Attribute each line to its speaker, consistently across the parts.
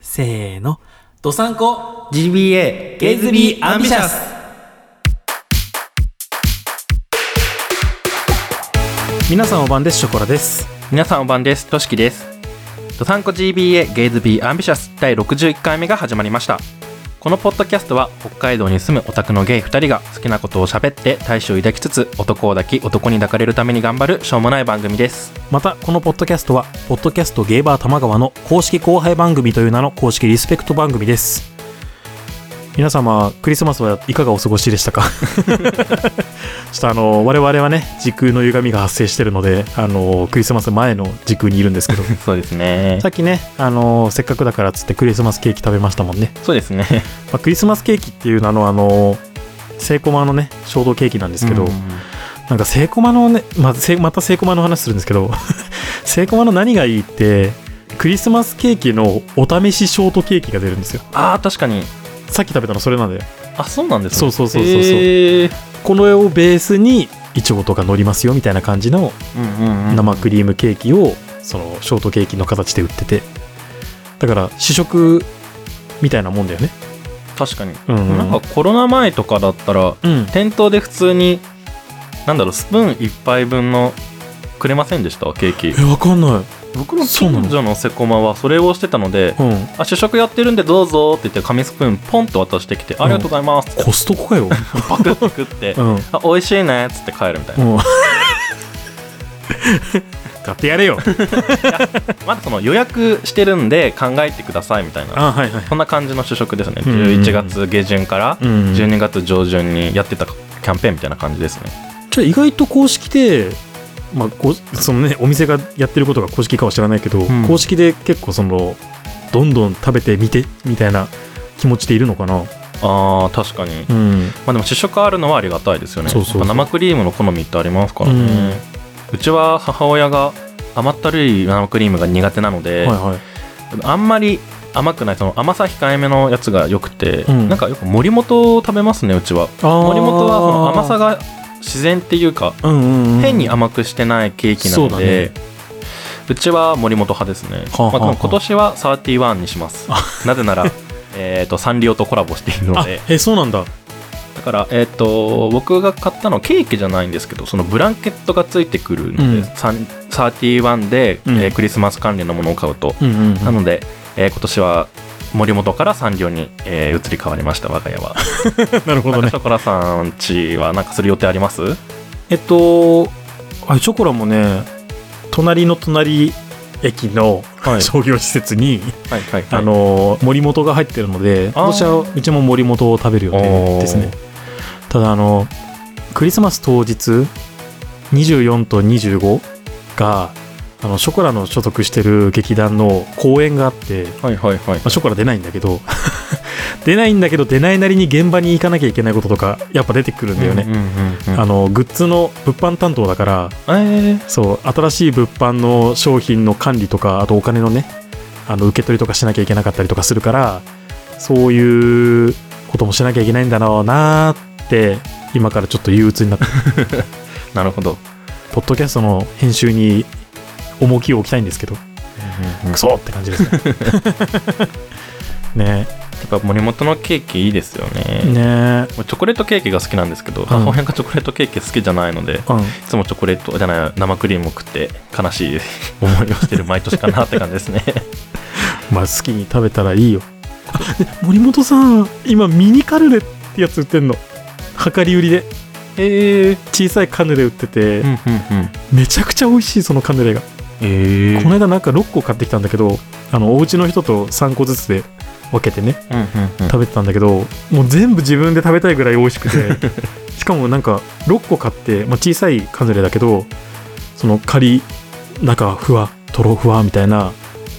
Speaker 1: せーのドサンコ
Speaker 2: GBA
Speaker 1: ゲイズビーアンビシャス皆さんお晩ですショコラです
Speaker 2: 皆さんおばんですとしきですドサンコ GBA ゲイズビーアンビシャス第61回目が始まりましたこのポッドキャストは北海道に住むオタクのゲイ2人が好きなことを喋って大志を抱きつつ男を抱き男に抱かれるために頑張るしょうもない番組です
Speaker 1: またこのポッドキャストはポッドキャストゲーバー玉川の公式後輩番組という名の公式リスペクト番組です皆様クリスマスはいかがお過ごしでしたか ちょっとあの我々はね時空の歪みが発生してるのであのクリスマス前の時空にいるんですけど
Speaker 2: そうですね
Speaker 1: さっきねあのせっかくだからっつってクリスマスケーキ食べましたもんね
Speaker 2: そうですね
Speaker 1: まあ、クリスマスケーキっていう名のあのセイコマのね衝動ケーキなんですけど、
Speaker 2: うん
Speaker 1: なんかセイコマのねまあセイまたセイコマの話するんですけど セイコマの何がいいってクリスマスケーキのお試しショートケーキが出るんですよ
Speaker 2: あー確かに
Speaker 1: さっき食べたのそれなんで
Speaker 2: あそうなんですね
Speaker 1: そうそうそうそうそう
Speaker 2: へー
Speaker 1: この絵をベースにいちごとか乗りますよみたいな感じの
Speaker 2: うんうんうん、
Speaker 1: 生クリームケーキをそのショートケーキの形で売っててだから試食みたいなもんだよね
Speaker 2: 確かに、
Speaker 1: うんうん
Speaker 2: なんかコロナ前とかだったら
Speaker 1: うん
Speaker 2: 店頭で普通になんだろうスプーン1杯分のくれませんでしたケーキ
Speaker 1: えわかんない
Speaker 2: 僕の
Speaker 1: そうな
Speaker 2: 近
Speaker 1: の
Speaker 2: 所のセコマはそれをしてたので
Speaker 1: うん
Speaker 2: 「あ主食やってるんでどうぞ」って言って紙スプーンポンと渡してきて「ありがとうございます」って
Speaker 1: コストコかよ、
Speaker 2: パクッと食って
Speaker 1: うん、
Speaker 2: 「あ美味しいね」っつって帰るみたいな
Speaker 1: もう 買ってやれよ
Speaker 2: まだその予約してるんで考えてくださいみたいな
Speaker 1: あはいはい
Speaker 2: そんな感じの主食ですね
Speaker 1: うんうんうん
Speaker 2: 11月下旬から
Speaker 1: うんうん
Speaker 2: 12月上旬にやってたキャンペーンみたいな感じですね
Speaker 1: ちょ意外と公式でまあこうそのねお店がやってることが公式かは知らないけど、
Speaker 2: ん
Speaker 1: 公式で結構そのどんどん食べてみてみたいな気持ちでいるのかな
Speaker 2: あー確かに
Speaker 1: うん
Speaker 2: まあでも主食あるのはありがたいですよね
Speaker 1: そうそうそう
Speaker 2: やっぱ生クリームの好みってありますからね、うちは母親が甘ったるい生クリームが苦手なので、
Speaker 1: はいはい
Speaker 2: あんまり甘くないその甘さ控えめのやつがよくて、
Speaker 1: うん
Speaker 2: なんかよく森本を食べますねうちは森本はその甘さ
Speaker 1: が
Speaker 2: が自然っていうか
Speaker 1: うんうん、うん、
Speaker 2: 変に甘くしてないケーキな
Speaker 1: そうだ
Speaker 2: の
Speaker 1: ね
Speaker 2: で、うちは森本派ですね、
Speaker 1: はあはあ
Speaker 2: まあ、でも今年は31にしますなぜなら えーとサンリオとコラボしているの
Speaker 1: あ
Speaker 2: で
Speaker 1: えそうなんだ
Speaker 2: だから、えー、と僕が買ったのはケーキじゃないんですけどそのブランケットがついてくるので、
Speaker 1: うん
Speaker 2: サン31で、
Speaker 1: うん
Speaker 2: えークリスマス関連のものを買うと、
Speaker 1: うん うん、うん、
Speaker 2: なので、えー今年は森本から三両に、えー移り変わりました我が家は
Speaker 1: なるほ
Speaker 2: な
Speaker 1: ど
Speaker 2: んか
Speaker 1: ね
Speaker 2: ショコラさんちはなんかする予定あります
Speaker 1: えっとあチョコラもね隣の隣駅の
Speaker 2: はい
Speaker 1: 商業施設に、
Speaker 2: はいはいはい
Speaker 1: あの森本が入ってるので
Speaker 2: あー
Speaker 1: 今年はうちも森本を食べる予定ですねただあのクリスマス当日24と25があのショコラの所属してる劇団の公演があって、ま
Speaker 2: はいはいはい
Speaker 1: あ、ショコラ出ないんだけど 出ないんだけど出ないなりに現場に行かなきゃいけないこととかやっぱ出てくるんだよ
Speaker 2: うん
Speaker 1: ね、
Speaker 2: うんうんうん
Speaker 1: あのグッズの物販担当だから
Speaker 2: えー
Speaker 1: そう新しい物販の商品の管理とかあとお金のねあの受け取りとかしなきゃいけなかったりとかするからそういうこともしなきゃいけないんだろうなーって今からちょっと憂鬱になって
Speaker 2: なるほど、
Speaker 1: ポッドキャストの編集に重きを置きたいんですけどクソって感じですねね
Speaker 2: やっぱ森本のケーキいいですよね
Speaker 1: ね
Speaker 2: もうチョコレートケーキが好きなんですけど、母親がチョコレートケーキ好きじゃないのでい
Speaker 1: うん
Speaker 2: つもチョコレートじゃない生クリームを食って悲しい思いをしてる毎年かなって感じですね
Speaker 1: まあ好きに食べたらいいよ あで森本さん今ミニカルレってやつ売ってんの量り売りで
Speaker 2: ええ
Speaker 1: 小さいカヌレ売ってて、
Speaker 2: うんうんうん
Speaker 1: めちゃくちゃ美味しいそのカヌレが、
Speaker 2: ええ
Speaker 1: この間なんか6個買ってきたんだけどあのお家の人と3個ずつで分けてね
Speaker 2: うんうんうん
Speaker 1: 食べてたんだけどもう全部自分で食べたいぐらい美味しく てしかもなんか6個買って、まあ、小さいカヌレだけどその仮中ふわとろふわみたいな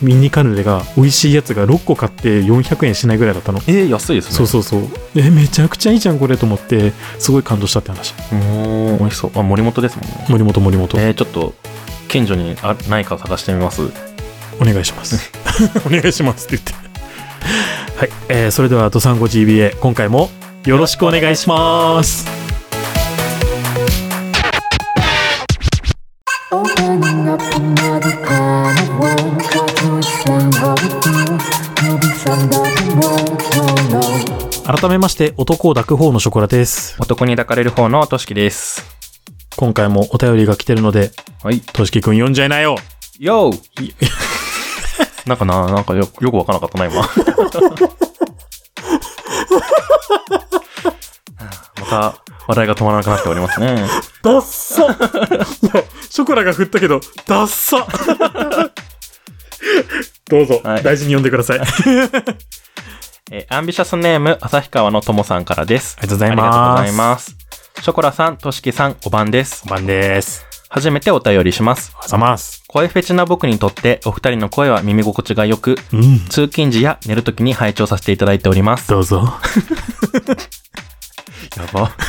Speaker 1: ミニカヌレが美味しいやつが6個買って400円しないぐらいだったの、
Speaker 2: えー、安いですね
Speaker 1: そうそうそうえめちゃくちゃいいじゃんこれと思ってすごい感動したって話
Speaker 2: うーん美味しそうあ森本ですもんね
Speaker 1: 森本森本、
Speaker 2: えー、ちょっと近所にあないか探してみます
Speaker 1: お願いします お願いしますって言ってはい、えーそれでは「ドサンゴ GBA」今回もよろしくお願いします改めまして、男を抱く方のショコラです。
Speaker 2: 男に抱かれる方のとしきです。
Speaker 1: 今回もお便りが来てるので、
Speaker 2: はい。
Speaker 1: としきくん読んじゃいなよ
Speaker 2: よう なんかな、なんかよよくわからなかった な、今。また、話題が止まらなくなっておりますね。
Speaker 1: ダッサいや、ショコラが振ったけど、ダッサどうぞ、
Speaker 2: はい
Speaker 1: 大事に読んでください。あり
Speaker 2: えーアンビシャスネーム、旭川のともさんからです。
Speaker 1: がとうござ
Speaker 2: あり
Speaker 1: い
Speaker 2: が
Speaker 1: ます。
Speaker 2: とうございます。ショコラさん、としきさん、おばんです。
Speaker 1: 番です。
Speaker 2: 初めてお便りします。
Speaker 1: おはようございます。
Speaker 2: 声フェチな僕にとって、お二人の声は耳心地が良く、
Speaker 1: うん。
Speaker 2: 通勤時や寝るときに拝聴させていただいております。
Speaker 1: どうぞ。
Speaker 2: やば。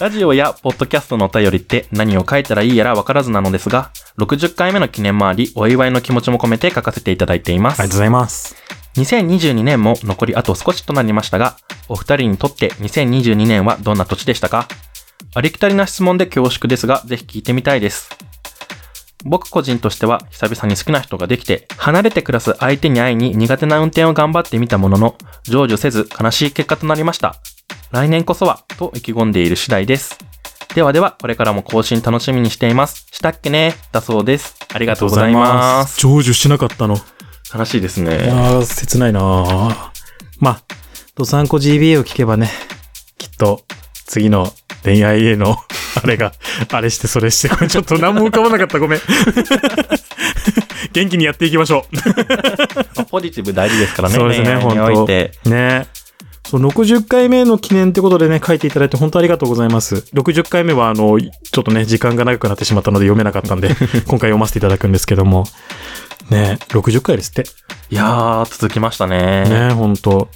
Speaker 2: ラジオやポッドキャストのお便りって何を書いたらいいやらわからずなのですが、60回目の記念もあり、お祝いの気持ちも込めて書かせていただいていま
Speaker 1: ありがとうご
Speaker 2: す。
Speaker 1: ざいます。
Speaker 2: 2022年も残りあと少しとなりましたが、お二人にとって2022年はどんな年でしたかありきたりな質問で恐縮ですが、ぜひ聞いてみたいです。僕個人としては久々に好きな人ができて、離れて暮らす相手に会いに苦手な運転を頑張ってみたものの、成就せず悲しい結果となりました。来年こそは、と意気込んでいる次第です。ではでは、これからも更新楽しみにしています。したっけねだそうです。あり
Speaker 1: あ
Speaker 2: がとうございます。
Speaker 1: 成就しなかったの。
Speaker 2: 悲しいです
Speaker 1: い
Speaker 2: ね。
Speaker 1: やー、切ないなーまあ、ドサンコ GBA を聞けばね、きっと、次の恋愛への、 あれが、あれしてそれして、こ れちょっと何も浮かばなかった、ごめん。 元気にやっていきましょ
Speaker 2: まあポジティブ大事ですからね。
Speaker 1: そうですね
Speaker 2: 恋愛において。
Speaker 1: う。ねそう、60回目の記念ってことでね、書いていただいて本当ありがとうございます。60回目は、あの、ちょっとね、時間が長くなってしまったので読めなかったん で、今回読ませていただくんですけども。ね60回ですって。
Speaker 2: いやー、続きましたね。
Speaker 1: ねえ、ほんと。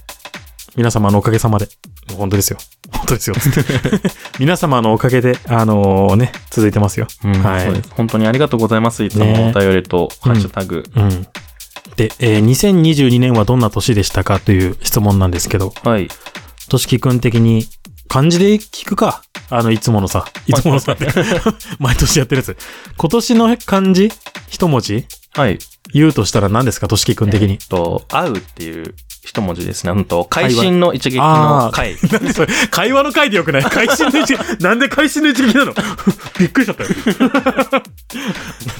Speaker 1: 皆様のおかげさまで。もう本当ですよ。本当ですよ。つ って皆様のおかげで、あのーね、続いてますよ。
Speaker 2: うん
Speaker 1: はい
Speaker 2: そうです本当にありがとうございます。いつも
Speaker 1: ね
Speaker 2: お便りと、ハッシュタグ。
Speaker 1: うん。で、えー2022年はどんな年でしたかという質問なんですけど、
Speaker 2: はい。
Speaker 1: としきくん的に、漢字で聞くか。あの、いつものさ、いつものさって、 毎年やってるやつ。今年の漢字一文字
Speaker 2: はい。
Speaker 1: 言うとしたら何ですかとしきくん的に
Speaker 2: えっ。と、会うっていう一文字ですね。うんと、会心の一撃
Speaker 1: あー
Speaker 2: の会。
Speaker 1: なんでそれ、会話の回でよくない会心の一撃、なんで会心の一撃なの びっくりしちゃったよ。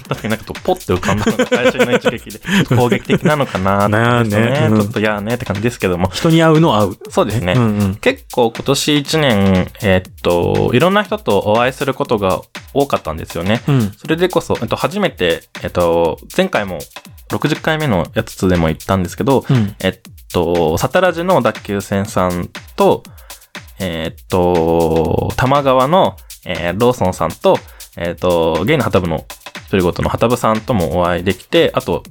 Speaker 2: 確かになんかと、ポッて浮かんだのが会心の 一撃で、攻撃的なのかな
Speaker 1: なあ
Speaker 2: ってね
Speaker 1: ねうん
Speaker 2: ちょっとやーねって感じですけども。
Speaker 1: 人に会うの会う。
Speaker 2: そうですね。
Speaker 1: うんうん。
Speaker 2: 結構今年一年、えっと、いろんな人とお会いすることが多かったんですよね。
Speaker 1: うん。
Speaker 2: それでこそ、えっと、初めて、えっと、前回も60回目のやつでも言ったんですけど、
Speaker 1: うん。
Speaker 2: えっと、サタラジの脱臼船さんと、えっと、玉川の、えーローソンさんと、えっと、ゲイのハタブの独り言のハタブさんともお会いできて、あと、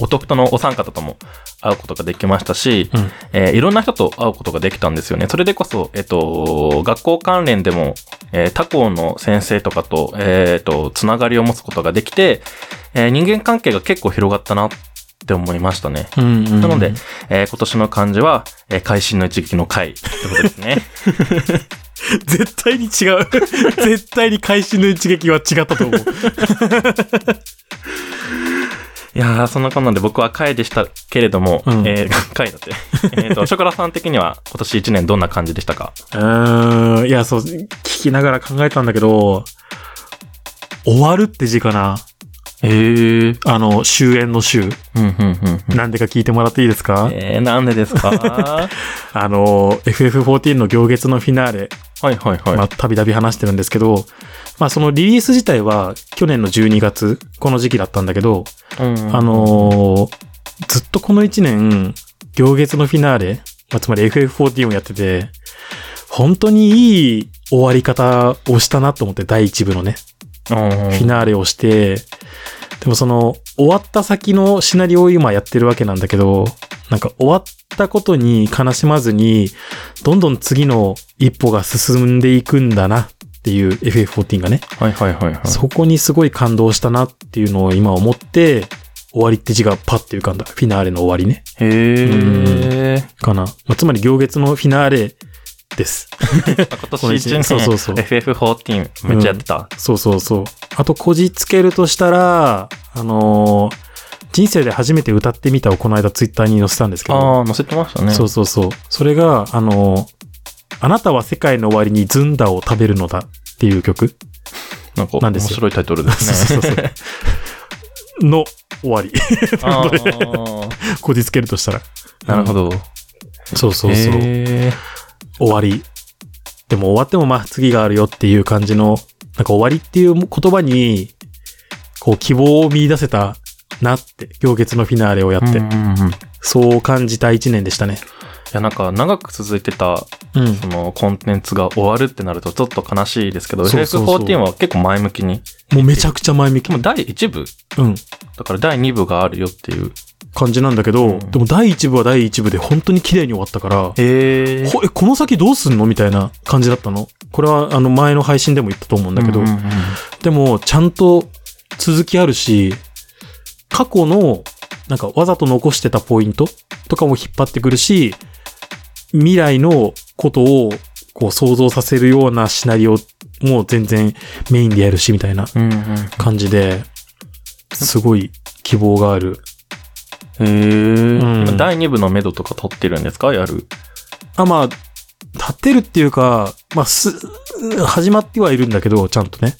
Speaker 2: お得とのお三方とも会うことができましたし、
Speaker 1: うん
Speaker 2: えーいろんな人と会うことができたんですよね。それでこそ、えっと、学校関連でも、えー他校の先生とかと、えっと、つながりを持つことができて、えー人間関係が結構広がったなって思いましたね。
Speaker 1: うんうん。
Speaker 2: なので、えー今年の漢字は、えー会心の一撃の会ということですね。
Speaker 1: 絶対に違う。 絶対に会心の一撃は違ったと 思う。
Speaker 2: いやー、そんなこんなんで僕は会でしたけれども、
Speaker 1: うん
Speaker 2: えー会だって。え っと、ショコラさん的には今年1年どんな感じでしたか
Speaker 1: うーん。いや、そう、聞きながら考えたんだけど、終わるって字かな。
Speaker 2: えー。
Speaker 1: あの、終焉の終。
Speaker 2: うん、うん、うん。
Speaker 1: なんでか聞いてもらっていいですか
Speaker 2: えー、なんでで すかはい
Speaker 1: あの、FF14 の行月のフィナーレ、
Speaker 2: はいはい。
Speaker 1: まあ、たびたび話してるんですけど、まあ、そのリリース自体は去年の12月、この時期だったんだけど、
Speaker 2: うん
Speaker 1: あ、のーずっとこの1年、行月のフィナーレ、まあ、つまり FF14 をやってて、本当にいい終わり方をしたなと思って、第1部のね、
Speaker 2: う
Speaker 1: フ
Speaker 2: ん
Speaker 1: ィナーレをして、でもその、終わった先のシナリオを今やってるわけなんだけど、なんか終わったことに悲しまずに、どんどん次の一歩が進んでいくんだなっていう FF14 がね、
Speaker 2: はいはいはいはい。
Speaker 1: そこにすごい感動したなっていうのを今思って、終わりって字がパッて浮かんだ。フィナーレの終わりね。
Speaker 2: へー。
Speaker 1: かな。まあつまり行月のフィナーレです。
Speaker 2: まあ今年1年、
Speaker 1: そうそうそう
Speaker 2: FF14 めっちゃやってた。
Speaker 1: そうそうそう。あと、こじつけるとしたら、あのー人生で初めて歌ってみたをこの間ツイッターに載せたんですけど、
Speaker 2: ああ、載せてましたね。
Speaker 1: そうそうそう。それが、あの、あなたは世界の終わりにずんだを食べるのだっていう曲
Speaker 2: なんか、
Speaker 1: なん
Speaker 2: 面
Speaker 1: ですよ
Speaker 2: 白いタイトルです
Speaker 1: そ
Speaker 2: ね。
Speaker 1: うそうその終わり。
Speaker 2: あー
Speaker 1: こじつけるとしたら。
Speaker 2: なるほど。
Speaker 1: そうそうそう。
Speaker 2: へー
Speaker 1: 終わり。でも終わってもまあ次があるよっていう感じの、なんか終わりっていう言葉に、こう希望を見出せたなって、行月のフィナーレをやって、
Speaker 2: うんうんうんい
Speaker 1: そう感じた一年でしたね。
Speaker 2: や、なんか、長く続いてた、
Speaker 1: うん。
Speaker 2: その、コンテンツが終わるってなると、ちょっと悲しいですけど、
Speaker 1: そうそうそう
Speaker 2: FF14 は結構前向きに。
Speaker 1: もうめちゃくちゃ前向き
Speaker 2: で。も、第1部
Speaker 1: うん。
Speaker 2: だから、第2部があるよっていう。
Speaker 1: 感じなんだけど、
Speaker 2: うん
Speaker 1: でも第1部は第1部で本当に綺麗に終わったから、
Speaker 2: へ
Speaker 1: こえ、この先どうすんのみたいな感じだったの。これはあの前の配信でも言ったと思うんだけど、でもちゃんと続きあるし、過去のなんかわざと残してたポイントとかも引っ張ってくるし、未来のことをこう想像させるようなシナリオも全然メインでやるしみたいな
Speaker 2: うんうん
Speaker 1: 感じで、すごい希望がある。
Speaker 2: へ
Speaker 1: うん
Speaker 2: ー第2部の目処とか取ってるんですかやる。
Speaker 1: あ、まあ、立ってるっていうか、まあ、す、始まってはいるんだけど、ちゃんとね。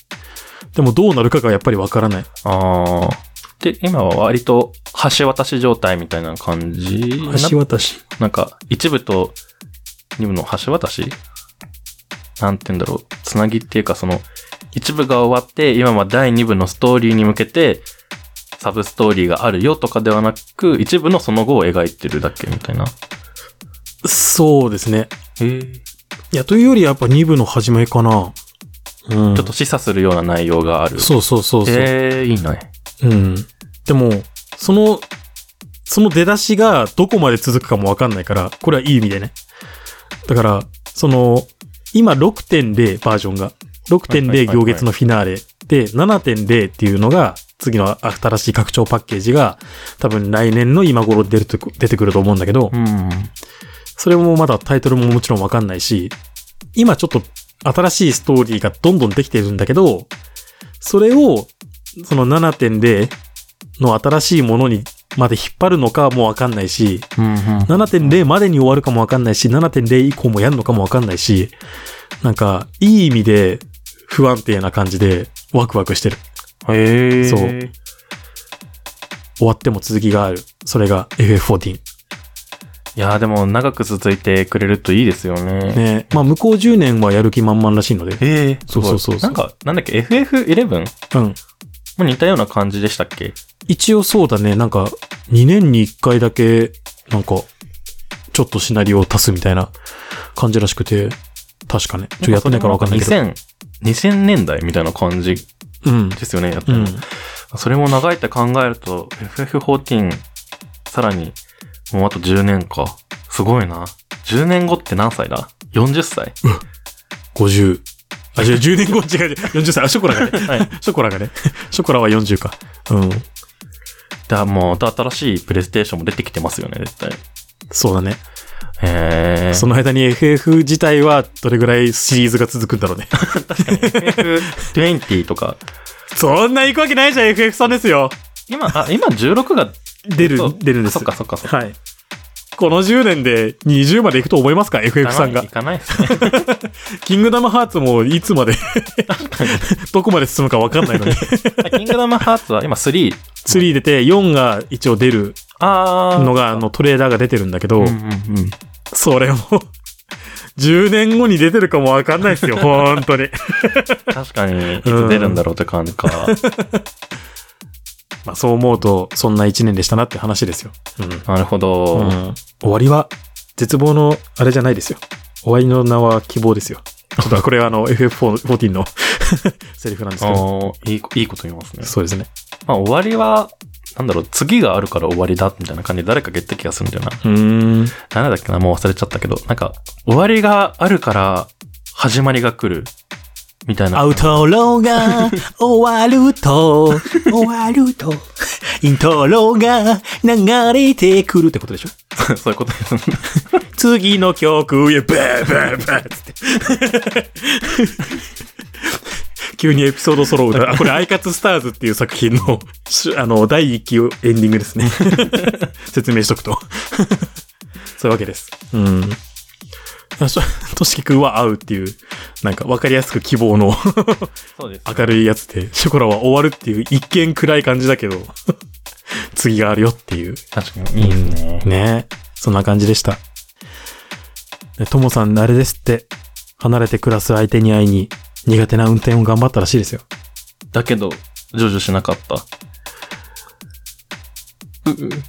Speaker 1: でもどうなるかがやっぱりわからない。
Speaker 2: ああ。で、今は割と橋渡し状態みたいな感じな
Speaker 1: 橋渡し。
Speaker 2: なんか、一部と二部の橋渡しなんて言うんだろう。つなぎっていうか、その、一部が終わって、今は第二部のストーリーに向けて、サブストーリーがあるよとかではなく、一部のその後を描いてるだけみたいな。
Speaker 1: そうですね。
Speaker 2: へ
Speaker 1: いや、というよりやっぱ2部の始めかな。うん。
Speaker 2: ちょっと示唆するような内容がある。
Speaker 1: そうそうそうそう。
Speaker 2: へえ、いいね。
Speaker 1: うん。でも、その、その出だしがどこまで続くかもわかんないから、これはいい意味でね。だから、その、今6.0バージョンが、
Speaker 2: はいはいはい
Speaker 1: 6.0
Speaker 2: はい
Speaker 1: 行月のフィナーレで、7.0っていうのが、次の新しい拡張パッケージが、多分来年の今頃出るとこ出てくると思うんだけど、
Speaker 2: うん。
Speaker 1: それもまだタイトルももちろんわかんないし、今ちょっと新しいストーリーがどんどんできてるんだけど、それをその7.0の新しいものにまで引っ張るのかもわかんないし、7.0までに終わるかもわかんないし、7.0以降もやるのかもわかんないし、なんか、いい意味で不安定な感じでワクワクしてる。
Speaker 2: へえ。
Speaker 1: そう終わっても続きがある。それが FF14。
Speaker 2: いやーでも長く続いてくれるといいですよね。
Speaker 1: ねまあ、向こう10年はやる気満々らしいので。
Speaker 2: へえ。
Speaker 1: そうそうそうそう
Speaker 2: なんか、なんだっけ、FF11?
Speaker 1: うん。
Speaker 2: も似たような感じでしたっけ
Speaker 1: 一応そうだね、なんか、2年に1回だけ、なんか、ちょっとシナリオを足すみたいな感じらしくて、確かね。ちょっとやってないからわかんないけど。
Speaker 2: 2000、2000年代みたいな感じ
Speaker 1: うん。
Speaker 2: ですよね、やって
Speaker 1: う
Speaker 2: るの
Speaker 1: ん。
Speaker 2: それも長いって考えると、FF14、さらに、もうあと10年か。すごいな。10年後って何歳だ ?40 歳。
Speaker 1: 50。あ、違う、10年後違う違う。40歳。あ、ショコラ がね。
Speaker 2: はい。
Speaker 1: ショコラがね。ショコラは40か。うん。
Speaker 2: だもう、また新しいプレイステーションも出てきてますよね、絶対。
Speaker 1: そうだね。
Speaker 2: へえ。
Speaker 1: その間に FF 自体はどれぐらいシリーズが続くんだろうね。
Speaker 2: FF20 とか。
Speaker 1: そんな行くわけないじゃん、FF さんですよ。
Speaker 2: 今、あ、今16が
Speaker 1: 出る
Speaker 2: そう、
Speaker 1: 出るんです
Speaker 2: そっかそっかそっか。
Speaker 1: はい。この10年で20まで行くと思いますか ?FF さんが
Speaker 2: い。かないですね。
Speaker 1: キングダムハーツもいつまで どこまで進むか分かんないのに
Speaker 2: キングダムハーツは今3。
Speaker 1: 3出て4が一応出る
Speaker 2: あー。
Speaker 1: のがあのトレーダーが出てるんだけど、
Speaker 2: うんうんうん。
Speaker 1: それも10年後に出てるかも分かんないですよ本当に
Speaker 2: 確かに、いつ出るんだろうって感じか。
Speaker 1: まあそう思うとそんな1年でしたなって話ですよ、
Speaker 2: なるほど。
Speaker 1: うん終わりは絶望のあれじゃないですよ終わりの名は希望ですよ ちょっとこれはあの FF14 の セリフなんですけど
Speaker 2: あーいいこいいこと言いますね。
Speaker 1: そうですね
Speaker 2: まあ、終わりは、なんだろう、次があるから終わりだ、みたいな感じで誰か言った気がするんだよな。
Speaker 1: うん
Speaker 2: なんだっけな、もう忘れちゃったけど、なんか、終わりがあるから、始まりが来る、みたいな。
Speaker 1: アウトローが終わると、終わると、イントロが流れてくるってことでしょ
Speaker 2: そういうことですね。
Speaker 1: 次の曲へ、バーバーバーっつって。 急にエピソード揃う歌。あ、これ、アイカツスターズっていう作品の、しあの、第1期エンディングですね。 説明しとくと。 そういうわけです。うん。あしょとしきくんは会うっていう、なんか分かりやすく希望の
Speaker 2: そうです。
Speaker 1: 明るいやつで、ショコラは終わるっていう一見暗い感じだけど、 次があるよっていう。
Speaker 2: 確かに、いいですね。
Speaker 1: ねそんな感じでした。でともさん、あれですって、離れて暮らす相手に会いに、苦手な運転を頑張ったらしいですよ。
Speaker 2: だけど、ジョジョしなかった。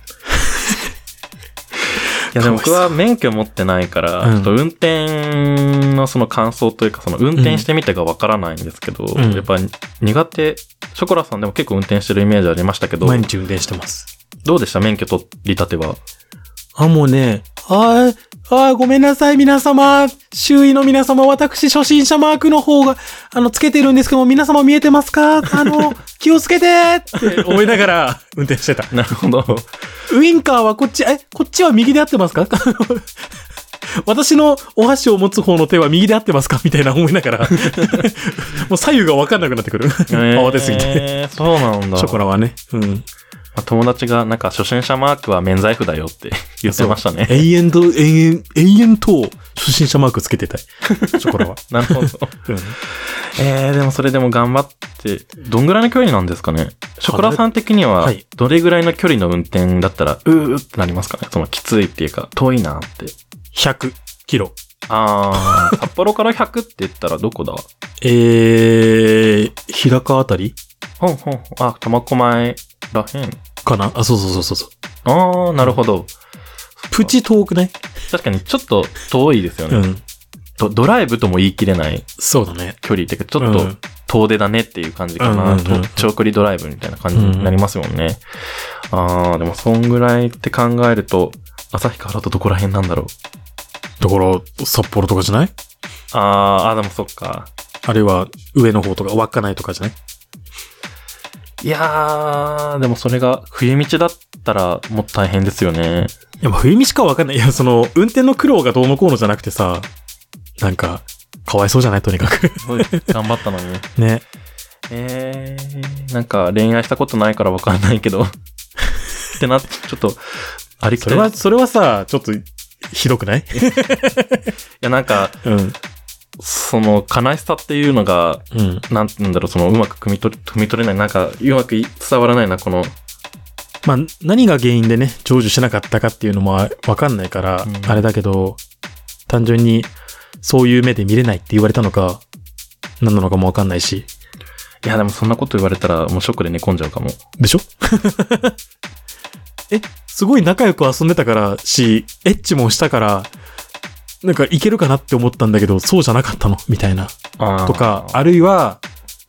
Speaker 2: いやでも僕は免許持ってないから、
Speaker 1: うん
Speaker 2: ちょっと運転のその感想というか、その運転してみてがわからないんですけど、
Speaker 1: ん
Speaker 2: やっぱ苦手、ショコラさんでも結構運転してるイメージありましたけど、
Speaker 1: 毎日運転してます。
Speaker 2: どうでした免許取り立ては。
Speaker 1: あ、もうね、あーあー、ごめんなさい、皆様。周囲の皆様、私、初心者マークの方が、あの、つけてるんですけども、皆様見えてますかあ の、気をつけてって思いながら、運転してた。
Speaker 2: なるほど。
Speaker 1: ウインカーはこっち、え、こっちは右で合ってますか 私のお箸を持つ方の手は右で合ってますかみたいな思いながら、 もう左右が分かんなくなってくる。慌てすぎて。
Speaker 2: えー。そうなんだ。
Speaker 1: ショコラはね。うん。
Speaker 2: まあ友達がなんか初心者マークは免罪符だよって言ってましたね。
Speaker 1: 永遠と、永遠、永遠と初心者マークつけてたい。ショコラは。
Speaker 2: なるほど。
Speaker 1: うん
Speaker 2: えー、でもそれでも頑張って、どんぐらいの距離なんですかねショコラさん的には
Speaker 1: はい、
Speaker 2: どれぐらいの距離の運転だったら、うーってなりますかねそのきついっていうか、遠いなって。
Speaker 1: 100キロ。
Speaker 2: あー、札幌から100って言ったらどこだ
Speaker 1: えー、日高あたり
Speaker 2: ほんほんほん。あ、苫小牧らへん。
Speaker 1: かなあ、そうそうそうそう。
Speaker 2: あー、なるほど。
Speaker 1: プチ遠くない
Speaker 2: 確かにちょっと遠いですよね、
Speaker 1: うん。
Speaker 2: ド。ドライブとも言い切れない
Speaker 1: そうだね。
Speaker 2: 距離っていうか、ちょっと
Speaker 1: うん
Speaker 2: 遠出だねっていう感じかな。
Speaker 1: うんうんうん
Speaker 2: と長距離ドライブみたいな感じになりますもんね。あー、でもそんぐらいって考えると、旭川だとどこら辺なんだろう
Speaker 1: だから、札幌とかじゃない
Speaker 2: あーあ、でもそっか。
Speaker 1: あるいは上の方とか、稚内とかじゃない
Speaker 2: いやー、でもそれが冬道だったらもう大変ですよね。
Speaker 1: いや、まあ冬道かわかんない。いや、その、運転の苦労がどうのこうのじゃなくてさ、なんか、かわいそうじゃないとにかく。
Speaker 2: 頑張ったのに。
Speaker 1: ね。
Speaker 2: えー、なんか恋愛したことないからわかんないけど。ってな、ちょっと、ありき
Speaker 1: そ
Speaker 2: た
Speaker 1: れ
Speaker 2: り。い
Speaker 1: は、それはさ、ちょっと、ひどくない
Speaker 2: や、なんか、
Speaker 1: うん。
Speaker 2: その悲しさっていうのが、
Speaker 1: うん。
Speaker 2: なんて言うんだろう、そのうまく汲み取り、汲み取れない、なんか、うまく伝わらないな、この。
Speaker 1: まあ、何が原因でね、成就しなかったかっていうのもあわかんないから、
Speaker 2: うん
Speaker 1: あれだけど、単純に、そういう目で見れないって言われたのか、何なのかもわかんないし。
Speaker 2: いや、でもそんなこと言われたら、もうショックで寝込んじゃうかも。
Speaker 1: でしょ え、すごい仲良く遊んでたからし、エッチもしたから、なんかいけるかなって思ったんだけど、そうじゃなかったのみたいな。
Speaker 2: あー
Speaker 1: とか、あるいは、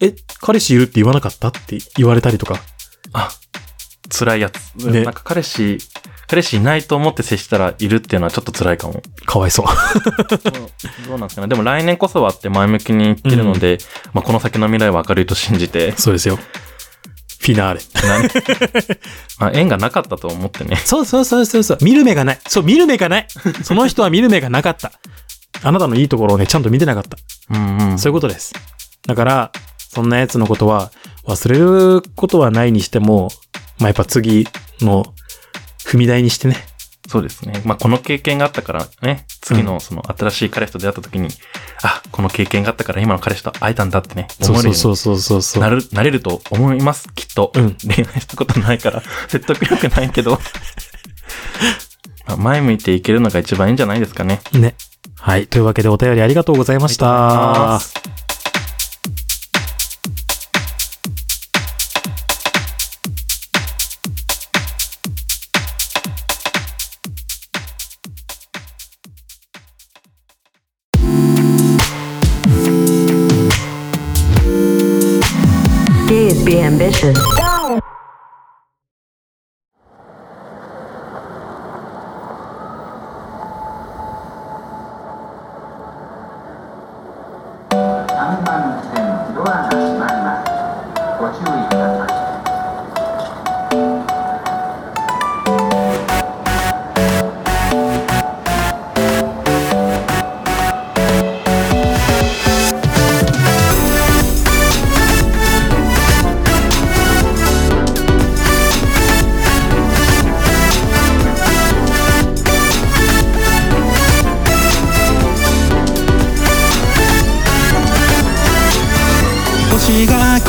Speaker 1: え、彼氏いるって言わなかったって言われたりとか。
Speaker 2: あ、辛いやつ。
Speaker 1: ね
Speaker 2: なんか彼氏、彼氏いないと思って接したらいるっていうのはちょっと辛いかも。
Speaker 1: かわいそう。
Speaker 2: どうなんですかね。でも来年こそはって前向きに言ってるので、まあこの先の未来は明るいと信じて、
Speaker 1: そうですよ。フィナーレ。
Speaker 2: なん まあ縁がなかったと思ってね。
Speaker 1: そうそうそうそうそう。見る目がない。そう、見る目がない。その人は見る目がなかった。あなたのいいところをね、ちゃんと見てなかった。
Speaker 2: うんうん。
Speaker 1: そういうことです。だから、そんな奴のことは忘れることはないにしても、まあ、やっぱ次の踏み台にしてね。
Speaker 2: そうですね。まあこの経験があったからね、次のその新しい彼氏と出会った時に、あ、この経験があったから今の彼氏と会えたんだってね、
Speaker 1: そ
Speaker 2: 思
Speaker 1: う
Speaker 2: える
Speaker 1: そう
Speaker 2: よう
Speaker 1: そ
Speaker 2: に
Speaker 1: うそうそうそう。
Speaker 2: なる、なれると思います、きっと。
Speaker 1: うん
Speaker 2: 恋愛したことな いから、説得力ないけど。まあ前向いていけるのが一番いいんじゃないですかね。
Speaker 1: ね。はい。というわけでお便りありがとうございました。
Speaker 3: Gays be ambitious.
Speaker 4: あなたの地点のドアが閉まります。ご注意ください。
Speaker 5: 「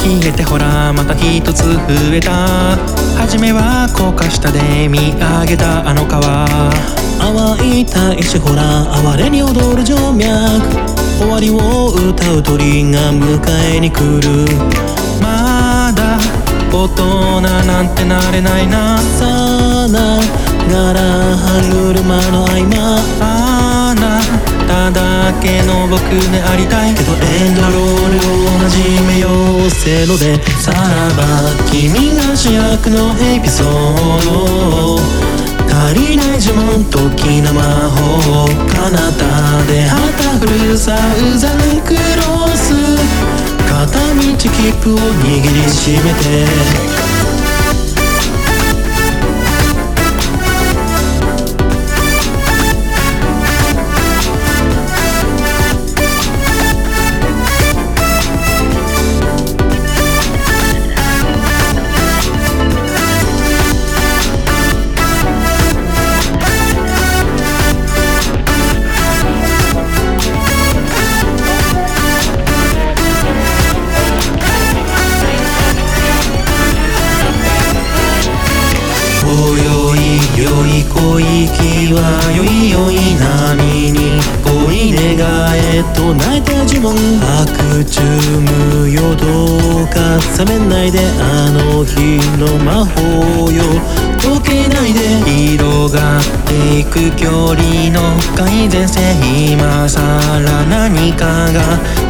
Speaker 5: 入れてほらまた一つ増えた初めは高架下で見上げたあの川淡い大しほら哀れに踊る静脈終わりを歌う鳥が迎えに来るまだ大人なんてなれないなさながら歯車の合間あなただけの僕でありたいけどエンドロールを始めようせのでさらば君が主役のエピソード足りない呪文時の魔法彼方で旗振るサウザンクロス片道切符を握りしめて「およいよい恋気はよいよい波に恋願えと泣いた呪文」「白昼無用どうか冷めないであの日の魔法よ」溶けないで広がっていく距離の改善性今さら何かが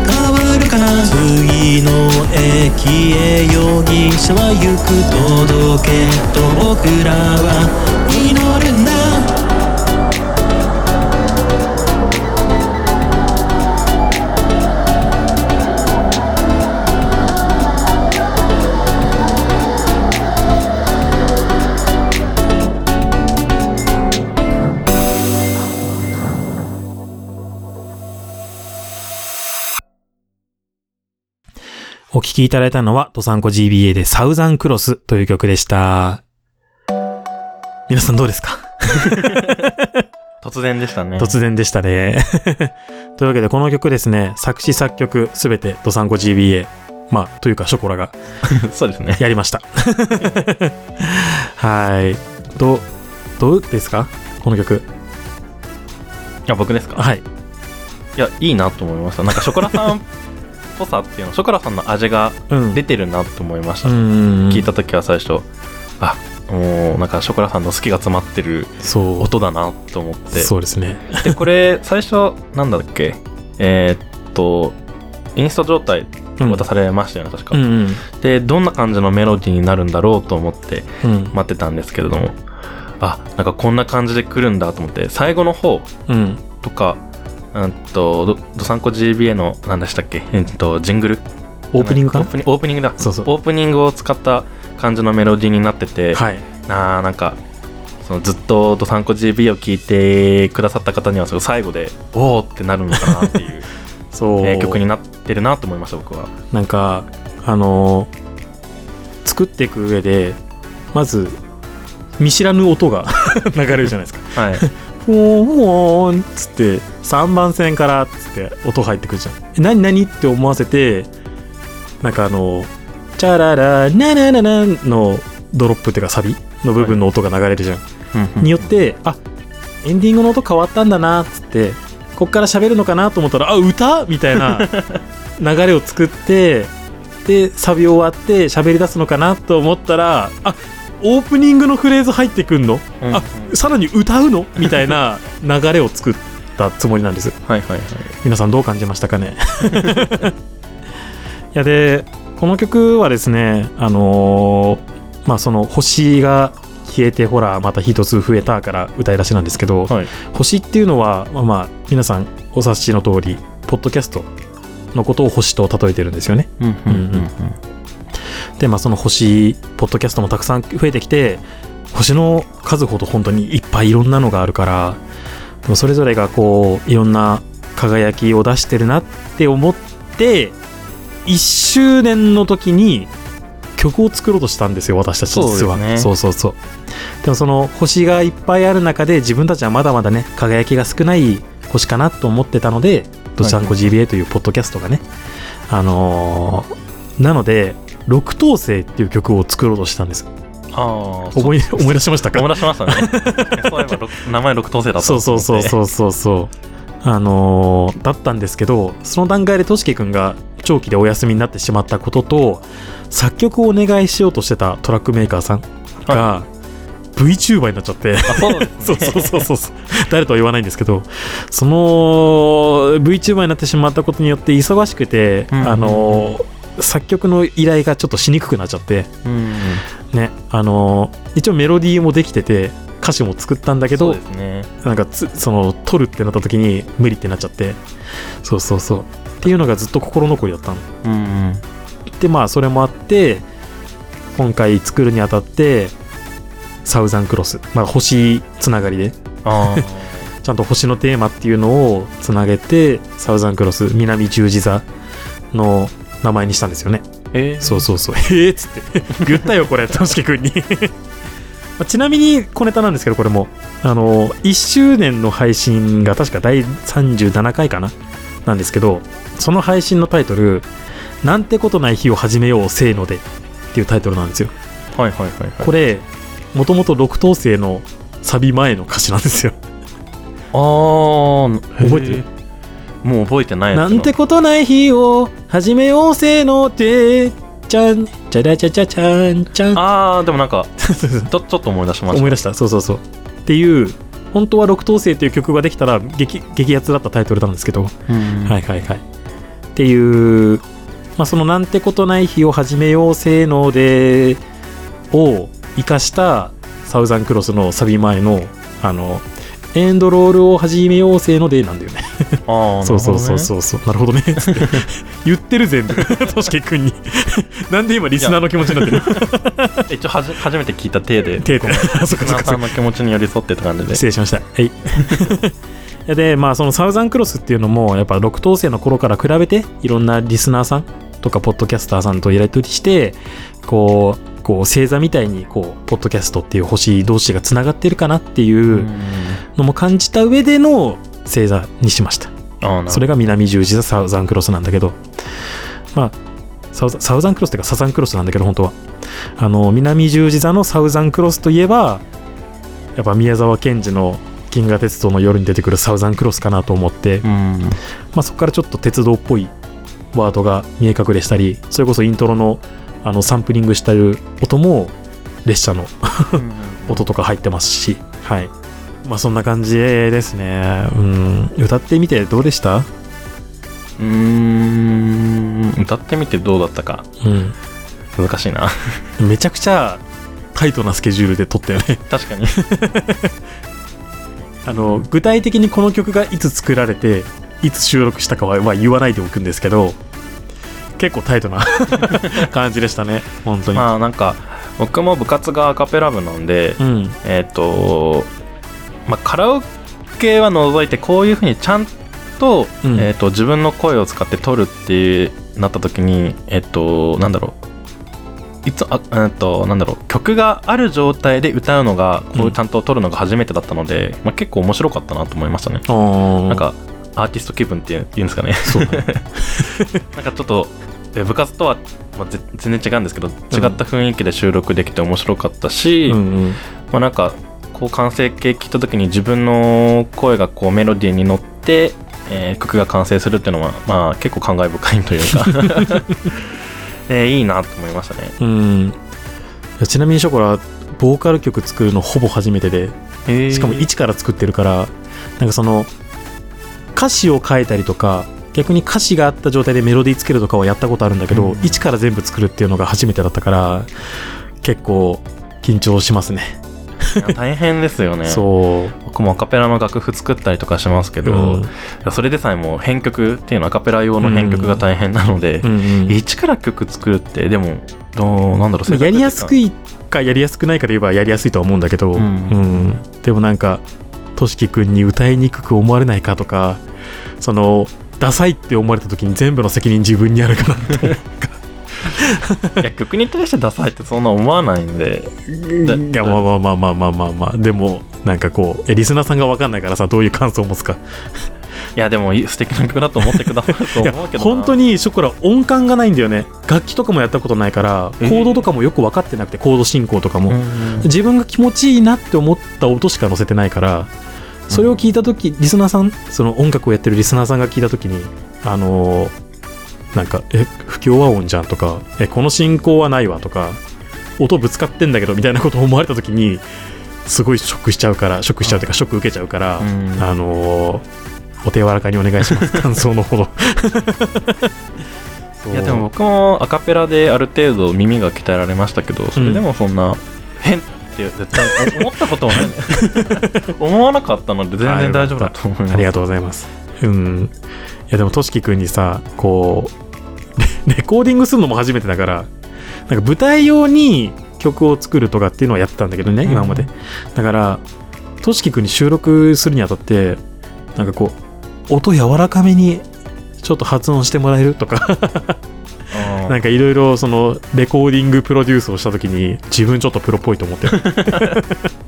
Speaker 5: 変わるかな次の駅へ容疑者は行く届けと僕らは祈るんだ
Speaker 1: お聴きいただいたのは、ドサンコ GBA でサウザンクロスという曲でした。皆さんどうですか
Speaker 2: 突然でしたね。
Speaker 1: 突然でしたね。 というわけで、この曲ですね、作詞作曲すべてドサンコ GBA、まあ、というかショコラが
Speaker 2: そうですね。
Speaker 1: やりました。はい。ど、どうですかこの曲。
Speaker 2: いや、僕ですか
Speaker 1: はい。
Speaker 2: いや、いいなと思いました。なんか、ショコラさんっぽさっていうの、ショコラさんの味が
Speaker 1: うん。
Speaker 2: 出てるなと思いました。
Speaker 1: うんうんうん。
Speaker 2: 聞いた時は最初、あ、もう、なんか、ショコラさんの好きが詰まってる
Speaker 1: そ
Speaker 2: 音だなと思っ
Speaker 1: う。
Speaker 2: て。
Speaker 1: そうですね。
Speaker 2: で、これ、最初、なんだっけえーっと、インスト状態
Speaker 1: うん
Speaker 2: 渡されましたよね、確か、
Speaker 1: うんうん。
Speaker 2: で、どんな感じのメロディーになるんだろうと思って
Speaker 1: うん。
Speaker 2: 待ってたんですけれども、あ、なんかこんな感じで来るんだと思って、最後の方、
Speaker 1: うん。
Speaker 2: とか、うんと、どどさんこ GBA の、なんでしたっけ、えっと、ジングル
Speaker 1: オープニングか
Speaker 2: オープニングオープニングだ。
Speaker 1: そうそう
Speaker 2: オープニングを使った感じのメロディーになってて、
Speaker 1: なはい。
Speaker 2: なあなんか、そのずっとどさんこ GBA を聴いてくださった方には、その最後で、おおってなるのかなって いう、
Speaker 1: そう。
Speaker 2: えー曲になってるなと思いました、僕は。
Speaker 1: なんかあの作っていく上でまず見知らぬ音が 流れるじゃないですか。
Speaker 2: はい。
Speaker 1: ポーンポーンっつって3番線からっつって音入ってくるじゃん。え何何って思わせてなんかあの「チャララナナナナ」のドロップっていうかサビの部分の音が流れるじゃん。によってあエンディングの音変わったんだなっつってこっから喋るのかなと思ったらあ歌みたいな流れを作ってでサビ終わって喋り出すのかなと思ったらあオープニングのフレーズ入ってくんの、
Speaker 2: うんうん
Speaker 1: あさらに歌うのみたいな流れを作ったつもりなんです
Speaker 2: はいはいはい。
Speaker 1: 皆さんどう感じましたか ねいやでこの曲はですねあのーまあその星が消えてほらまた一つ増えたから歌い出しなんですけど、
Speaker 2: はい。
Speaker 1: 星っていうのはまあまあ皆さんお察しの通りポッドキャストのことを星と例えてるんですよね
Speaker 2: うんうんうんうん。
Speaker 1: でまあその星ポッドキャストもたくさん増えてきて星の数ほど本当にいっぱいいろんなのがあるからでもそれぞれがこういろんな輝きを出してるなって思って1周年の時に曲を作ろうとしたんですよ私たち実は
Speaker 2: そうですね
Speaker 1: そうそうそうでもその星がいっぱいある中で自分たちはまだまだね輝きが少ない星かなと思ってたので「ドちゃんこ GBA」というポッドキャストがね、あのーなので六等星っていう曲を作ろうとしたんです
Speaker 2: ああ
Speaker 1: 思い 思い出しましたか
Speaker 2: 思い出しま したねそういえばろく名前六等星だった
Speaker 1: そうそうそう
Speaker 2: う
Speaker 1: そうそうそうあのーだったんですけどその段階でとしきくんが長期でお休みになってしまったことと作曲をお願いしようとしてたトラックメーカーさんが VTuber になっちゃって
Speaker 2: あそうですね
Speaker 1: そうそうそうそうそう誰とは言わないんですけどその VTuber になってしまったことによって忙しくて、
Speaker 2: うん
Speaker 1: あの作曲の依頼がちょっとしにくくなっちゃって
Speaker 2: うん
Speaker 1: ねあの一応メロディーもできてて歌詞も作ったんだけ
Speaker 2: そう
Speaker 1: ど
Speaker 2: ですね
Speaker 1: なんかつその撮るってなった時に無理ってなっちゃってそうそうそうっていうのがずっと心残りだったの
Speaker 2: うん
Speaker 1: でまあそれもあって今回作るにあたってサウザンクロス、まあ、星つながりで
Speaker 2: あー
Speaker 1: ちゃんと星のテーマっていうのをつなげてサウザンクロス南十字座の名前にしたんですよね
Speaker 2: えー
Speaker 1: そうそうそうええっつって 言ったよこれとしきくんに まあちなみに小ネタなんですけどこれもあの1周年の配信が確か第37回かななんですけどその配信のタイトル「なんてことない日を始めようせーので」っていうタイトルなんですよ
Speaker 2: はいはいはいはい
Speaker 1: これもともと6等星のサビ前の歌詞なんですよ
Speaker 2: あー
Speaker 1: 覚えてる
Speaker 2: へーもう覚えてないや
Speaker 1: な
Speaker 2: つ
Speaker 1: んてことない日を始めようせーのでちゃんちゃらちゃちゃちゃんちゃん
Speaker 2: ああでもなんかちょちょっと思い出しまし
Speaker 1: 思い出したそうそうそうっていう本当は六等星という曲ができたら激激アツだったタイトルなんですけど、
Speaker 2: たうん
Speaker 1: はいはいはいっていう、まあ、その「なんてことない日を始めよう性能で」を生かしたサウザンクロスのサビ前のあのエンドロールを始めよう性能でなんだよね
Speaker 2: ああ
Speaker 1: そうそうそうそうそうなるほどね 言ってる全部としきくん になんで今リスナーの気持ちになってる
Speaker 2: 一応はじ初めて聞いた体で
Speaker 1: 手であ そっかそっ
Speaker 2: 皆
Speaker 1: かそ
Speaker 2: さ
Speaker 1: っ
Speaker 2: ん
Speaker 1: か
Speaker 2: の気持ちに寄り添ってって感じで
Speaker 1: 失礼しました。はい。 いやで、まあ、そのサウザンクロスっていうのも、やっぱ6等星の頃から比べて、いろんなリスナーさんとか、ポッドキャスターさんとやり取りして、こう、こう星座みたいに、こう、ポッドキャストっていう星同士がつながってるかなっていううんのも感じた上での星座にしました。
Speaker 2: ああな
Speaker 1: それ
Speaker 2: る
Speaker 1: が南十字座サウザンクロスなんだけど、まあ、サウザサウザンクロスっていうかサザンクロスなんだけど、本当は。あの、南十字座のサウザンクロスといえば、やっぱ宮沢賢治の銀河鉄道の夜に出てくるサウザンクロスかなと思って、
Speaker 2: うん
Speaker 1: まあそこからちょっと鉄道っぽいワードが見え隠れしたり、それこそイントロのあのサンプリングしてる音も列車の音とか入ってますし、はい。まあそんな感じですね。うん。歌ってみてどうでした
Speaker 2: うーん歌ってみてどうだったか
Speaker 1: うん。
Speaker 2: 難し いな
Speaker 1: めちゃくちゃタイトなスケジュールで撮ったよね
Speaker 2: 確かに
Speaker 1: あの具体的にこの曲がいつ作られていつ収録したかは、まあ、言わないでおくんですけど結構タイト な感じでしたね本当に、
Speaker 2: まあなんか僕も部活がアカペラ部なんで
Speaker 1: うん
Speaker 2: えっ、とまあカラオケは除いてこういうふうにちゃんと,、
Speaker 1: うん
Speaker 2: えっと自分の声を使って撮るってなった時にえっ、となんだろういつあえっとなんだろう曲がある状態で歌うのがこ
Speaker 1: う
Speaker 2: うんちゃんと撮るのが初めてだったので、まあ、結構面白かったなと思いましたね。
Speaker 1: な
Speaker 2: なんかアーティスト気分っていうんですかね。
Speaker 1: そうだね
Speaker 2: なんかちょっとえ部活とは、まあ、ぜ全然違うんですけど違った雰囲気で収録できて面白かったし、
Speaker 1: うんうん
Speaker 2: まあ、なんかこう完成形聞いた時に自分の声がこうメロディーに乗って、えー曲が完成するっていうのは、まあ、結構感慨深いというか、 えーいいなと思いましたね
Speaker 1: うんいやちなみにショコラボーカル曲作るのほぼ初めてでしかも一から作ってるからなんかその歌詞を変えたりとか逆に歌詞があった状態でメロディーつけるとかはやったことあるんだけど、
Speaker 2: うん
Speaker 1: 一から全部作るっていうのが初めてだったから結構緊張しますね。
Speaker 2: いや大変ですよね
Speaker 1: そ
Speaker 2: 僕もアカペラの楽譜作ったりとかしますけ
Speaker 1: う、
Speaker 2: ど、
Speaker 1: うん
Speaker 2: いやそれでさえもう編曲っていうのはアカペラ用の編曲が大変なので
Speaker 1: う、んうん
Speaker 2: 一から曲作るってでもどうなんだろう
Speaker 1: やりやすく
Speaker 2: い
Speaker 1: いかやりやすくないかで言えばやりやすいとは思うんだけど、
Speaker 2: う
Speaker 1: うんんでもなんかとしきくんに歌いにくく思われないかとかそのダサいって思われた時に全部の責任自分にあるかなと思う
Speaker 2: いや曲に対してダサいってそんな思わないんでだ
Speaker 1: いやまあまあまあまあ まあまあまあでもなんかこうえリスナーさんが分かんないからさどういう感想を持つか
Speaker 2: いやでもいい素敵な曲だと思って くださると
Speaker 1: いや
Speaker 2: 思うけどな
Speaker 1: 本当にショコラ音感がないんだよね楽器とかもやったことないからコ
Speaker 2: えー
Speaker 1: ードとかもよく分かってなくてコード進行とかも、
Speaker 2: うん
Speaker 1: 自分が気持ちいいなって思った音しか載せてないからそれを聞いた時リスナーさんその音楽をやってるリスナーさんが聞いた時にあのーなんか「え不協和音じゃん」とか「えこの進行はないわ」とか「音ぶつかってんだけど」みたいなことを思われた時にすごいショックしちゃうからショックしちゃうというかショック受けちゃうから、
Speaker 2: うん
Speaker 1: あのーお手柔らかにお願いします 感想のほど
Speaker 2: いやでも僕もアカペラである程度耳が鍛えられましたけどそれでもそんな変って絶対思ったことはないね 思わなかったので全然大丈夫だと思います
Speaker 1: ありがとうございます。うん。いや、でも、としきくんにさ、こう、 レレコーディングするのも初めてだから、なんか舞台用に曲を作るとかっていうのはやってたんだけどね、
Speaker 2: うん
Speaker 1: 今まで。だから、としきくんに収録するにあたって、なんかこう、音柔らかめに、ちょっと発音してもらえるとか、
Speaker 2: うん
Speaker 1: なんかいろいろその、レコーディングプロデュースをした時に、自分ちょっとプロっぽいと思ってる。
Speaker 2: よく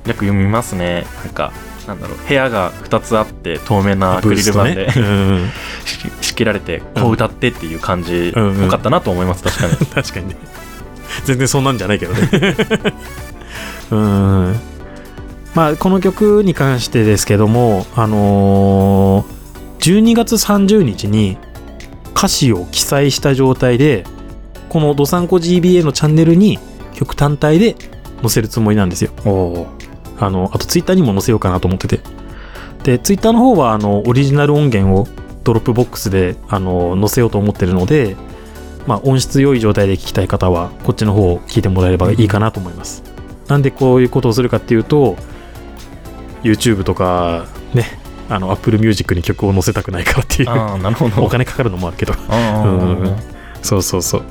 Speaker 2: 読みますねなんかなんだろう部屋が2つあって透明なアクリル板で、
Speaker 1: ブースとねうんうん。
Speaker 2: 仕仕切られてこう歌ってっていう感じ
Speaker 1: うんうんうん
Speaker 2: よかったなと思います確 かに
Speaker 1: 確かにね全然そんなんじゃないけどね うんまあこの曲に関してですけどもあのー12月30日に歌詞を記載した状態でこの「どさんこ GBA」のチャンネルに曲単体で載せるつもりなんですよあのあとツイッターにも載せようかなと思っててでツイッターの方はあのオリジナル音源をドロップボックスであの載せようと思ってるのでまあ、音質良い状態で聞きたい方はこっちの方を聞いてもらえればいいかなと思いますなんでこういうことをするかっていうと YouTube とかねあの Apple Music に曲を載せたくないからっていう
Speaker 2: ああなるほ ど
Speaker 1: お金かかるのもあるけど
Speaker 2: うんうんう
Speaker 1: う
Speaker 2: ん
Speaker 1: んそうそうそう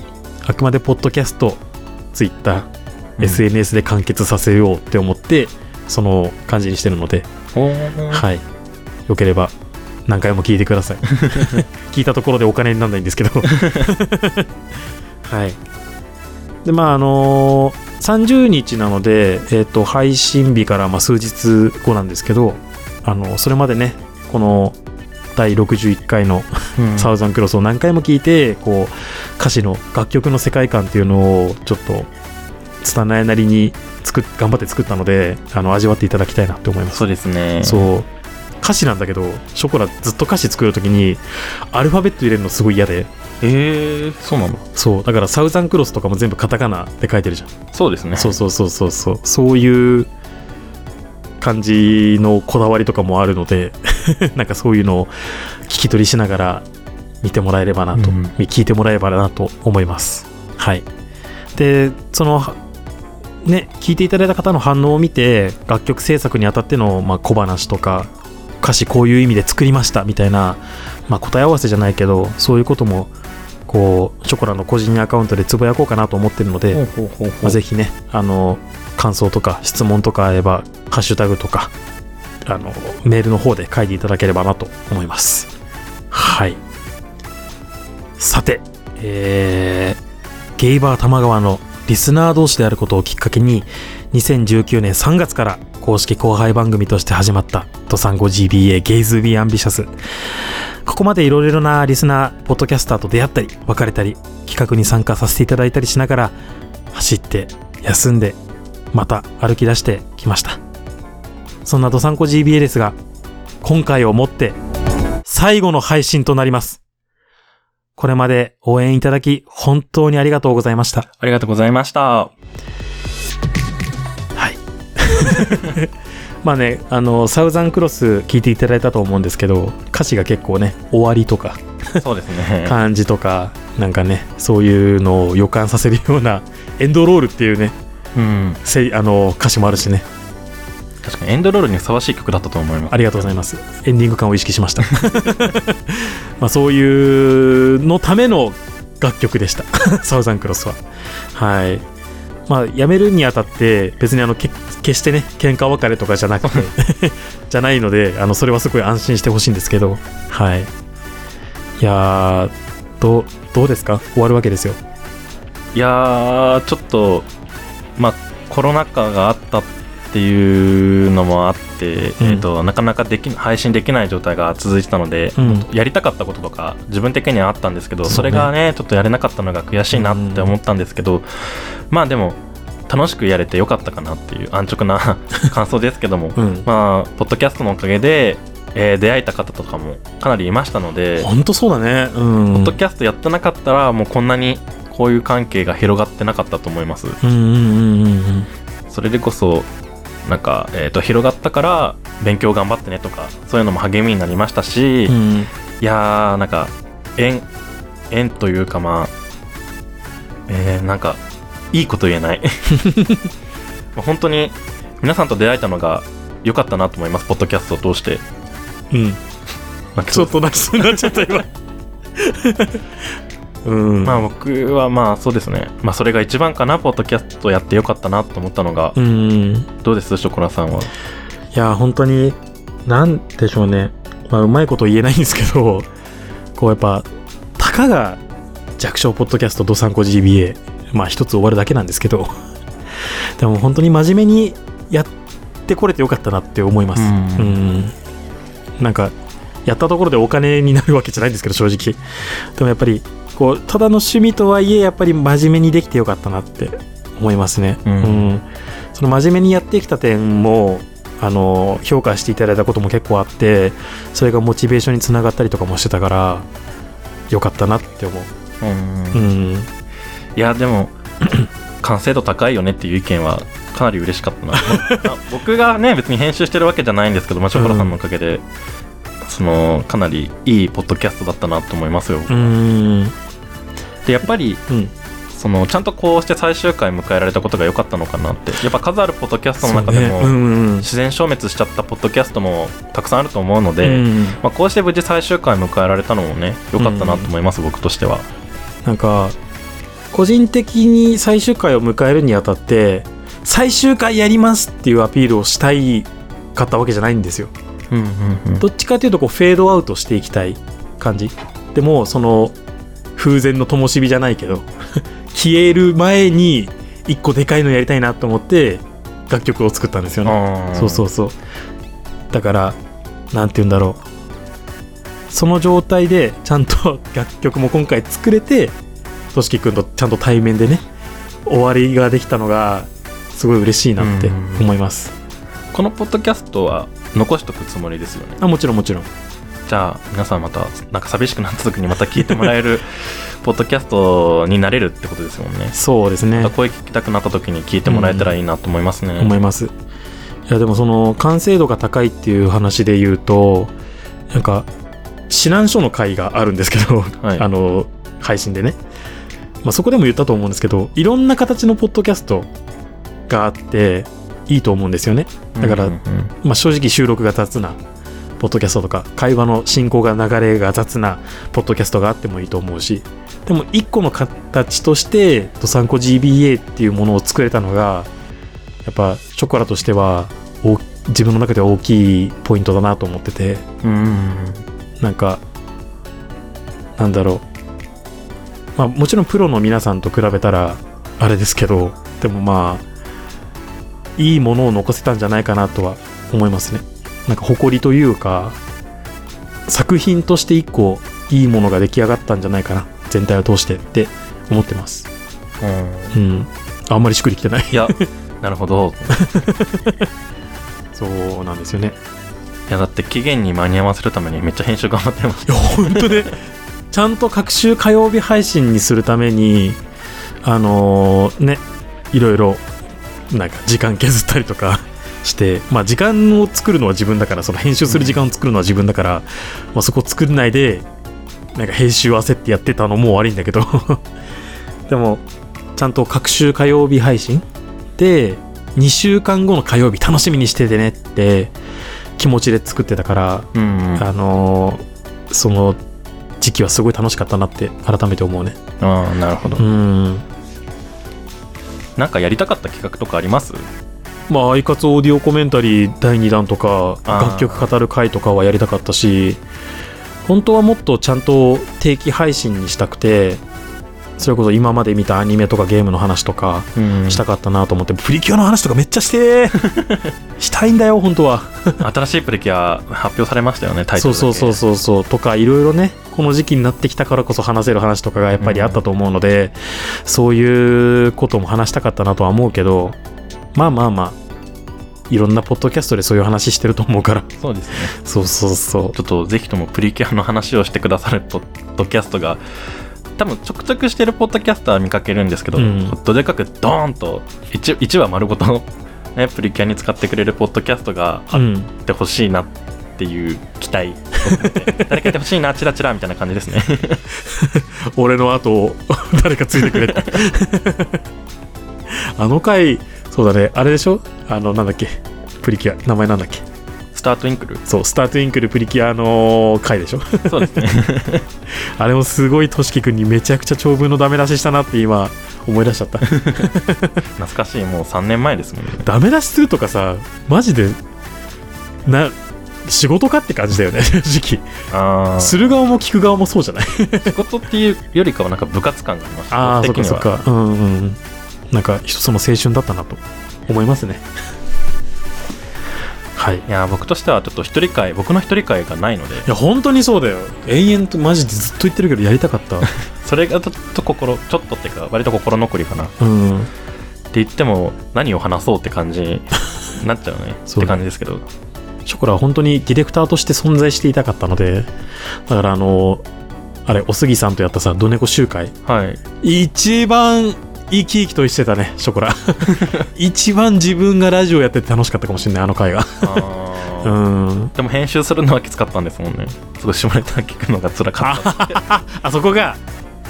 Speaker 1: あくまでポッドキャスト Twitter、
Speaker 2: うん
Speaker 1: SNS で完結させようって思ってその感じにしてるので、
Speaker 2: おー
Speaker 1: はいよければ何回も聞いてく ださい聞いたところでお金にならないんですけどはいでまああのー30日なので、えー、と配信日からまあ数日後なんですけどあのそれまでねこの第61回の
Speaker 2: うん
Speaker 1: サウザンクロスを何回も聞いてこう歌詞の楽曲の世界観っていうのをちょっと拙いなりに作っ頑張って作ったのであの味わっていただきたいなって思います
Speaker 2: そうですね
Speaker 1: そう歌詞なんだけどショコラずっと歌詞作るときにアルファベット入れるのすごい嫌で
Speaker 2: ええそうなの
Speaker 1: そうだからサウザンクロスとかも全部カタカナで書いてるじゃん
Speaker 2: そうですね
Speaker 1: そうそうそうそうそうそういう感じのこだわりとかもあるので なんかそういうのを聞き取りしながら見てもらえればなと、
Speaker 2: うん
Speaker 1: 聞いてもらえればなと思いますはいでそのね聞いていただいた方の反応を見て楽曲制作にあたっての、まあ、小話とか歌詞こういう意味で作りましたみたいな、まあ、答え合わせじゃないけどそういうこともこうショコラの個人アカウントでつぶやこうかなと思ってるので、
Speaker 2: ほうほうほう
Speaker 1: ま
Speaker 2: ほ
Speaker 1: あ、
Speaker 2: う
Speaker 1: ぜひねあの感想とか質問とかあればハッシュタグとかあのメールの方で書いていただければなと思いますはいさてえーゲイバー玉川のリスナー同士であることをきっかけに2019年3月から公式後輩番組として始まった「ドサンゴ GBA ゲイズ・ビー・アンビシャス」ここまでいろいろなリスナーポッドキャスターと出会ったり別れたり企画に参加させていただいたりしながら走って休んでまた歩き出してきましたそんなドサンコ GBA ですが今回をもって最後の配信となりますこれまで応援いただき本当にありがとうございました
Speaker 2: ありがとうございました
Speaker 1: まあねあのサウザンクロス聞いていただいたと思うんですけど歌詞が結構ね終わりとか
Speaker 2: そうですね
Speaker 1: 感じとかなんかねそういうのを予感させるようなエンドロールっていうね
Speaker 2: うん
Speaker 1: せいあの歌詞もあるしね
Speaker 2: 確かにエンドロールにふさわしい曲だったと思います
Speaker 1: ありがとうございます。エンディング感を意識しました。 まあそういうのための楽曲でした。 サウザンクロスは。はい。まあやめるにあたって別にあのけ決してね喧嘩別れとかじゃなくて じゃないのであのそれはすごい安心してほしいんですけどはいいやーどうどうですか終わるわけですよ
Speaker 2: いやーちょっとまあコロナ禍があったっていうのもあって、
Speaker 1: うん
Speaker 2: えっとなかなかでき配信できない状態が続いてたので、
Speaker 1: うん
Speaker 2: やりたかったこととか自分的にはあったんですけど
Speaker 1: そうね
Speaker 2: それがねちょっとやれなかったのが悔しいなって思ったんですけど、まあでも楽しくやれてよかったかなっていう安直な 感想ですけども、
Speaker 1: うん
Speaker 2: まあポッドキャストのおかげで、えー出会えた方とかもかなりいましたので、
Speaker 1: ほんとそうだねうん
Speaker 2: ポッドキャストやってなかったらもうこんなにこういう関係が広がってなかったと思います。
Speaker 1: うんうんうんうんうん
Speaker 2: それでこそなんか、えー、と広がったから勉強頑張ってねとかそういうのも励みになりましたし、
Speaker 1: う
Speaker 2: い
Speaker 1: ん
Speaker 2: やーなんか縁縁というかまあえーなんかいいこと言えない まあ本当に皆さんと出会えたのが良かったなと思いますポッドキャストを通して
Speaker 1: うん
Speaker 2: まあ
Speaker 1: ちょっと泣きそうになっちゃった今うん
Speaker 2: まあ僕はまあそうですねまあそれが一番かなポッドキャストやって良かったなと思ったのが、
Speaker 1: うん
Speaker 2: どうですショコラさんはい
Speaker 1: や本当になんでしょうね、まあ、うまいこと言えないんですけどこうやっぱたかが弱小ポッドキャストどさんこ GBA まあ一つ終わるだけなんですけどでも本当に真面目にやってこれてよかったなって思います
Speaker 2: うん
Speaker 1: うんなんかやったところでお金になるわけじゃないんですけど正直でもやっぱりこうただの趣味とはいえやっぱり真面目にできてよかったなって思いますね、
Speaker 2: うん
Speaker 1: うんその真面目にやってきた点もあの評価していただいたことも結構あってそれがモチベーションにつながったりとかもしてたからよかったなって思ううん
Speaker 2: いやでも 完成度高いよねっていう意見はかなり嬉しかった なまあ僕がね別に編集してるわけじゃないんですけどまあショコラさんのおかげで、そのかなりいいポッドキャストだったなと思いますよ、
Speaker 1: うん
Speaker 2: でやっぱり
Speaker 1: うん
Speaker 2: そのちゃんとこうして最終回迎えられたことが良かったのかなってやっぱ数あるポッドキャストの中でも、
Speaker 1: そうねうんうんうん
Speaker 2: 自然消滅しちゃったポッドキャストもたくさんあると思うので、
Speaker 1: うん
Speaker 2: まあ、こうして無事最終回迎えられたのもね良かったなと思います、僕としては
Speaker 1: なんか個人的に最終回を迎えるにあたって最終回やりますっていうアピールをしたいかったわけじゃないんですよ
Speaker 2: うんうんうん
Speaker 1: どっちかというとこうフェードアウトしていきたい感じでもその風前の灯火じゃないけど 消える前に一個でかいのやりたいなと思って楽曲を作ったんですよねそうそうそうだからなんて言うんだろうその状態でちゃんと 楽曲も今回作れてとしきくんとちゃんと対面でね終わりができたのがすごい嬉しいなって思います
Speaker 2: このポッドキャストは残しとくつもりですよね
Speaker 1: あもちろんもちろん
Speaker 2: じゃあ皆さんまたなんか寂しくなった時にまた聞いてもら えるポッドキャストになれるってことですもんね
Speaker 1: そうですね
Speaker 2: また声聞きたくなった時に聞いてもらえたらいいなと思いますね、
Speaker 1: 思います。いやでもその完成度が高いっていう話で言うとなんか指南書の回があるんですけど、
Speaker 2: い
Speaker 1: あの配信でね、まあ、そこでも言ったと思うんですけどいろんな形のポッドキャストがあっていいと思うんですよね。だから、
Speaker 2: うんうんうん
Speaker 1: まあ、正直収録が雑なポッドキャストとか会話の進行が流れが雑なポッドキャストがあってもいいと思うしでも一個の形としてドサンコ GBA っていうものを作れたのがやっぱショコラとしては大自分の中では大きいポイントだなと思ってて
Speaker 2: うんうんうん
Speaker 1: なんかなんだろうまあもちろんプロの皆さんと比べたらあれですけどでもまあいいものを残せたんじゃないかなとは思いますねなんか誇りというか作品として一個いいものが出来上がったんじゃないかな全体を通してって思ってますうんあんまりしっくりきてない
Speaker 2: いやなるほど
Speaker 1: そうなんですよね
Speaker 2: いやだって期限に間に合わせるためにめっちゃ編集頑張ってまし
Speaker 1: いや本当ねちゃんと各週火曜日配信にするためにあのーねいろいろなんか時間削ったりとかしてまあ時間を作るのは自分だからその編集する時間を作るのは自分だから、まあ、そこ作んないでなんか編集焦ってやってたのも悪いんだけど でもちゃんと各週火曜日配信で2週間後の火曜日楽しみにしててねって気持ちで作ってたから
Speaker 2: た、うんうん、あ
Speaker 1: あのーその時期はすごい楽しかったなって改めて思うね。
Speaker 2: あなるほど、
Speaker 1: うん。
Speaker 2: なんかやりたかった企画とかあります
Speaker 1: まあ、アイカツオーディオコメンタリー第2弾とか、
Speaker 2: あー
Speaker 1: 楽曲語る回とかはやりたかったし、本当はもっとちゃんと定期配信にしたくて、それこそ今まで見たアニメとかゲームの話とか
Speaker 2: うん
Speaker 1: したかったなと思って、プリキュアの話とかめっちゃして したいんだよ本当は
Speaker 2: 新しいプリキュア発表されましたよねタイト
Speaker 1: そ
Speaker 2: ル
Speaker 1: う
Speaker 2: だけ
Speaker 1: そうそうそうそうとかいろいろねこの時期になってきたからこそ話せる話とかがやっぱりあったと思うので、そういうことも話したかったなとは思うけどまあまあまあいろんなポッドキャストでそういう話してると思うから
Speaker 2: そうですね
Speaker 1: そうそうそう
Speaker 2: ちょっとぜひともプリキュアの話をしてくださるポッドキャストが多分ちょくちょくしてるポッドキャスター見かけるんですけど、
Speaker 1: うん
Speaker 2: どでかくドーンと 1, 一話丸ごと、ね、プリキュアに使ってくれるポッドキャストがあ
Speaker 1: うん
Speaker 2: ってほしいなっていう期待誰かいてほしいなチラチラみたいな感じですね
Speaker 1: 俺の後を 誰かついてくれって あの回そうだねあれでしょあのなんだっけプリキュア名前なんだっけ
Speaker 2: スタートインクル
Speaker 1: そうスタートゥインクルプリキュアの回でしょ
Speaker 2: そうですね
Speaker 1: あれもすごいとしきくんにめちゃくちゃ長文のダメ出ししたなって今思い出しち ゃった
Speaker 2: 懐かしいもう3年前ですもんね
Speaker 1: ダメ出しするとかさマジでな仕事かって感じだよね 正直
Speaker 2: ああ
Speaker 1: す
Speaker 2: 仕
Speaker 1: る側も聞く側もそうじゃない
Speaker 2: 事っていうよりかはなんか部活感がありました
Speaker 1: ああそっか
Speaker 2: 僕的に
Speaker 1: そっ
Speaker 2: は
Speaker 1: かうんうんうんなんか一つの青春だったなと思いますねはいい
Speaker 2: いやー僕としてはちょっと一人会僕の一人会がないので
Speaker 1: や本当にそうだよ永遠とマジでずっと言ってるけどやりたかった
Speaker 2: それがちょっと心ちょっとっていうか割と心残りかなっ
Speaker 1: うん
Speaker 2: て言っても何を話そうって感じに なっちゃうねっ
Speaker 1: そうだ
Speaker 2: て感じですけど
Speaker 1: ショコラは本当にディレクターとして存在していたかったのでだからあのあれおすぎさんとやったさドネコ集会
Speaker 2: はい
Speaker 1: 一番生き生きとしてたねショコ ラ一番自分がラジオやってて楽しかったかもしれないあの回が
Speaker 2: あ
Speaker 1: う
Speaker 2: ー
Speaker 1: ん
Speaker 2: でも編集するのはきつかったんですもんねすごい下ネタ聞くのが辛かった
Speaker 1: あそこが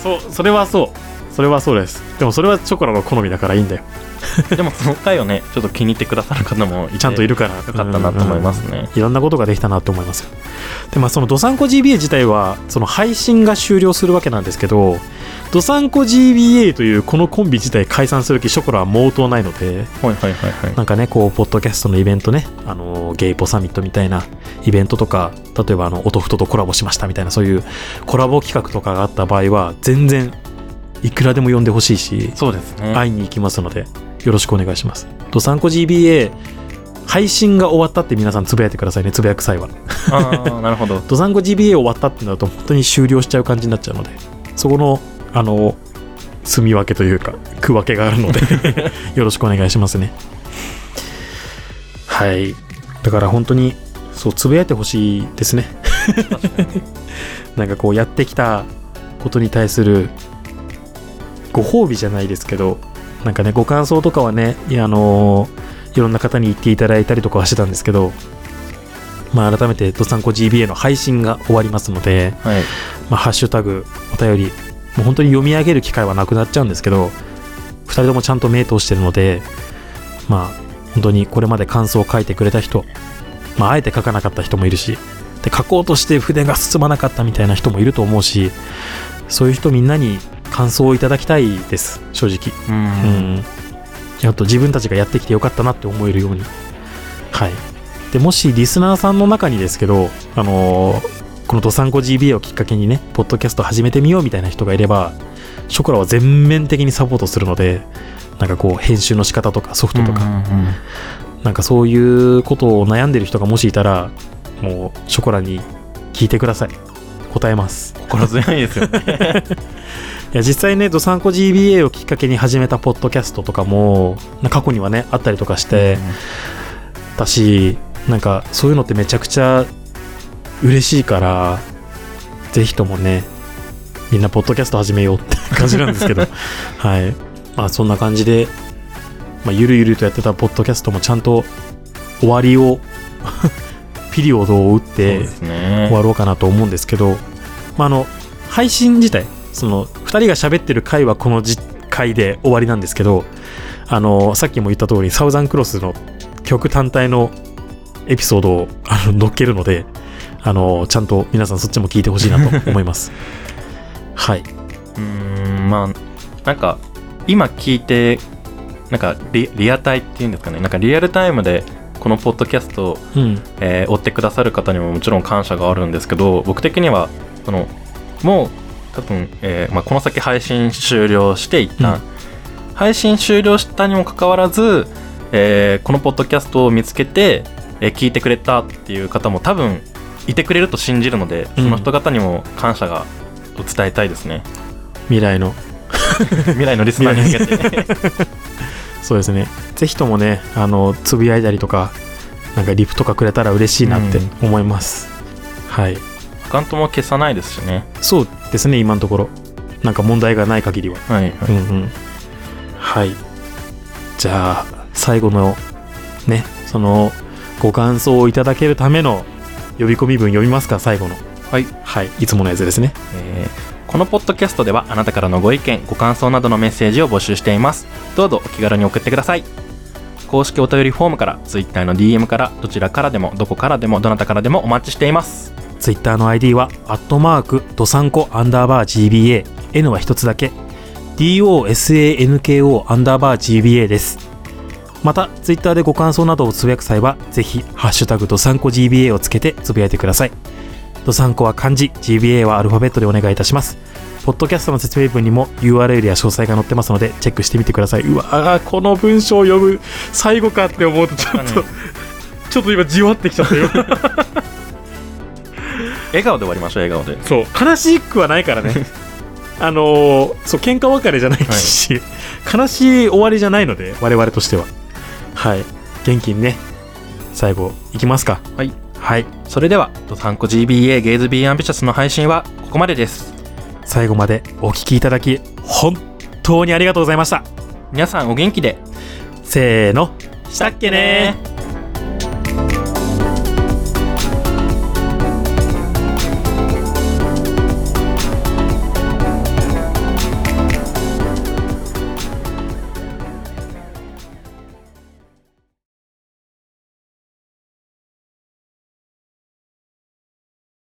Speaker 1: そうそれはそうそれはそうですでもそれはショコラの好みだからいいんだよ
Speaker 2: でもその回をねちょっと気に入ってくださる方もて
Speaker 1: ちゃんといるからよ
Speaker 2: よかったなと思いますね
Speaker 1: いろんなことができたなと思いますよでまあそのどさんこ GBA 自体はその配信が終了するわけなんですけどどさんこ GBA というこのコンビ自体解散する気ショコラは毛頭ないので
Speaker 2: はいはいはいはい
Speaker 1: なんかねこうポッドキャストのイベントねあのゲイポサミットみたいなイベントとか例えばあのオトフトとコラボしましたみたいなそういうコラボ企画とかがあった場合は全然いくらでも呼んでほしいし
Speaker 2: そうですね
Speaker 1: 会いに行きますのでよろしくお願いしますどさんこ GBA 配信が終わったって皆さんつぶやいてくださいねつぶやく際は
Speaker 2: ああなるほど
Speaker 1: どさんこ GBA 終わったってなると本当に終了しちゃう感じになっちゃうのでそこのあの住み分けというか区分けがあるのでよろしくお願いしますねはいだから本当にそうつぶやいてほしいですね なんかこうやってきたことに対するご褒美じゃないですけどなんかねご感想とかはねいやあのいろんな方に言っていただいたりとかはしてたんですけどまあ改めて「どさんこ GBA」の配信が終わりますので、
Speaker 2: はい
Speaker 1: まあ、ハッシュタグお便りもう本当に読み上げる機会はなくなっちゃうんですけど2人ともちゃんと目通してるのでまあ本当にこれまで感想を書いてくれた人、まあ、あえて書かなかった人もいるしで書こうとして筆が進まなかったみたいな人もいると思うしそういう人みんなに感想をいただきたいです正直う
Speaker 2: う
Speaker 1: んん、やっと自分たちがやってきてよかったなって思えるように、はい、でもしリスナーさんの中にですけど、あのーこの「どさんこ GBA」をきっかけにねポッドキャスト始めてみようみたいな人がいればショコラは全面的にサポートするのでなんかこう編集の仕方とかソフトとか、
Speaker 2: うんうんうん
Speaker 1: なんかそういうことを悩んでる人がもしいたらもうショコラに聞いてください答えます
Speaker 2: 心強いですよね
Speaker 1: いや実際ね、どさんこ GBA をきっかけに始めたポッドキャストとかも、な過去にはね、あったりとかしてたし、なんかそういうのってめちゃくちゃ嬉しいから、ぜひともね、みんなポッドキャスト始めようって 感じなんです けど、はい。まあそんな感じで、まあ、ゆるゆるとやってたポッドキャストもちゃんと終わりを、 ピリオドを打っ
Speaker 2: そう
Speaker 1: て
Speaker 2: で、すね
Speaker 1: 終わろうかなと思うんですけど、まあ、あの配信自体その2人が喋ってる回はこのじ回で終わりなんですけどあのさっきも言った通りサウザンクロスの曲単体のエピソードをあの乗っけるのであのちゃんと皆さんそっちも聞いてほしいなと思いますはい、
Speaker 2: うーんまあなんか今聞いてなんかリリアタイっていうんですかねなんかリアルタイムでこのポッドキャストを、
Speaker 1: うん、
Speaker 2: えー追ってくださる方にももちろん感謝があるんですけど僕的にはそのもう多分、えーまあ、この先配信終了して一旦、
Speaker 1: うん
Speaker 2: 配信終了したにもかかわらず、えーこのポッドキャストを見つけて、えー聞いてくれたっていう方も多分いてくれると信じるのでその人方にも感謝がを伝えたいですね、
Speaker 1: 未来の
Speaker 2: 未来のリスナーに向けて
Speaker 1: そうですねぜひともねあのつぶやいたりとかなんかリプとかくれたら嬉しいなって思います、はい
Speaker 2: アカウントも消さないですしね
Speaker 1: そうですね今のところなんか問題がない限りは
Speaker 2: はい、
Speaker 1: うんうんはいじゃあ最後のねそのご感想をいただけるための呼び込み文読みますか最後の
Speaker 2: はい
Speaker 1: はいいつものやつですね
Speaker 2: えーこのポッドキャストではあなたからのご意見ご感想などのメッセージを募集していますどうぞお気軽に送ってください公式お便りフォームから Twitter の DM からどちらからでもどこからでもどなたからでもお待ちしています
Speaker 1: ツイッターの ID は、アットマーク、ドサンコアンダーバー GBA、N は一つだけ、DOSANKO アンダーバー GBA です。また、ツイッターでご感想などをつぶやく際は、ぜひ、ハッシュタグドサンコ GBA をつけてつぶやいてください。ドサンコは漢字、GBA はアルファベットでお願いいたします。ポッドキャストの説明文にも URL や詳細が載ってますので、チェックしてみてください。うわーこの文章を読む最後かって思うと、ちょっと、ちょっと今、じわってきちゃったよ。
Speaker 2: 笑顔で終わりましょう笑顔で
Speaker 1: そう悲しくはないからねあのーそう喧嘩別れじゃないし、悲しい終わりじゃないので我々としてははい元気にね最後いきますか
Speaker 2: はい
Speaker 1: はい
Speaker 2: それでは「ドサンコ GBA ゲイズビーアンビシャス」の配信はここまでです
Speaker 1: 最後までお聞きいただき本当にありがとうございました
Speaker 2: 皆さんお元気で
Speaker 1: せーの
Speaker 2: したっけねー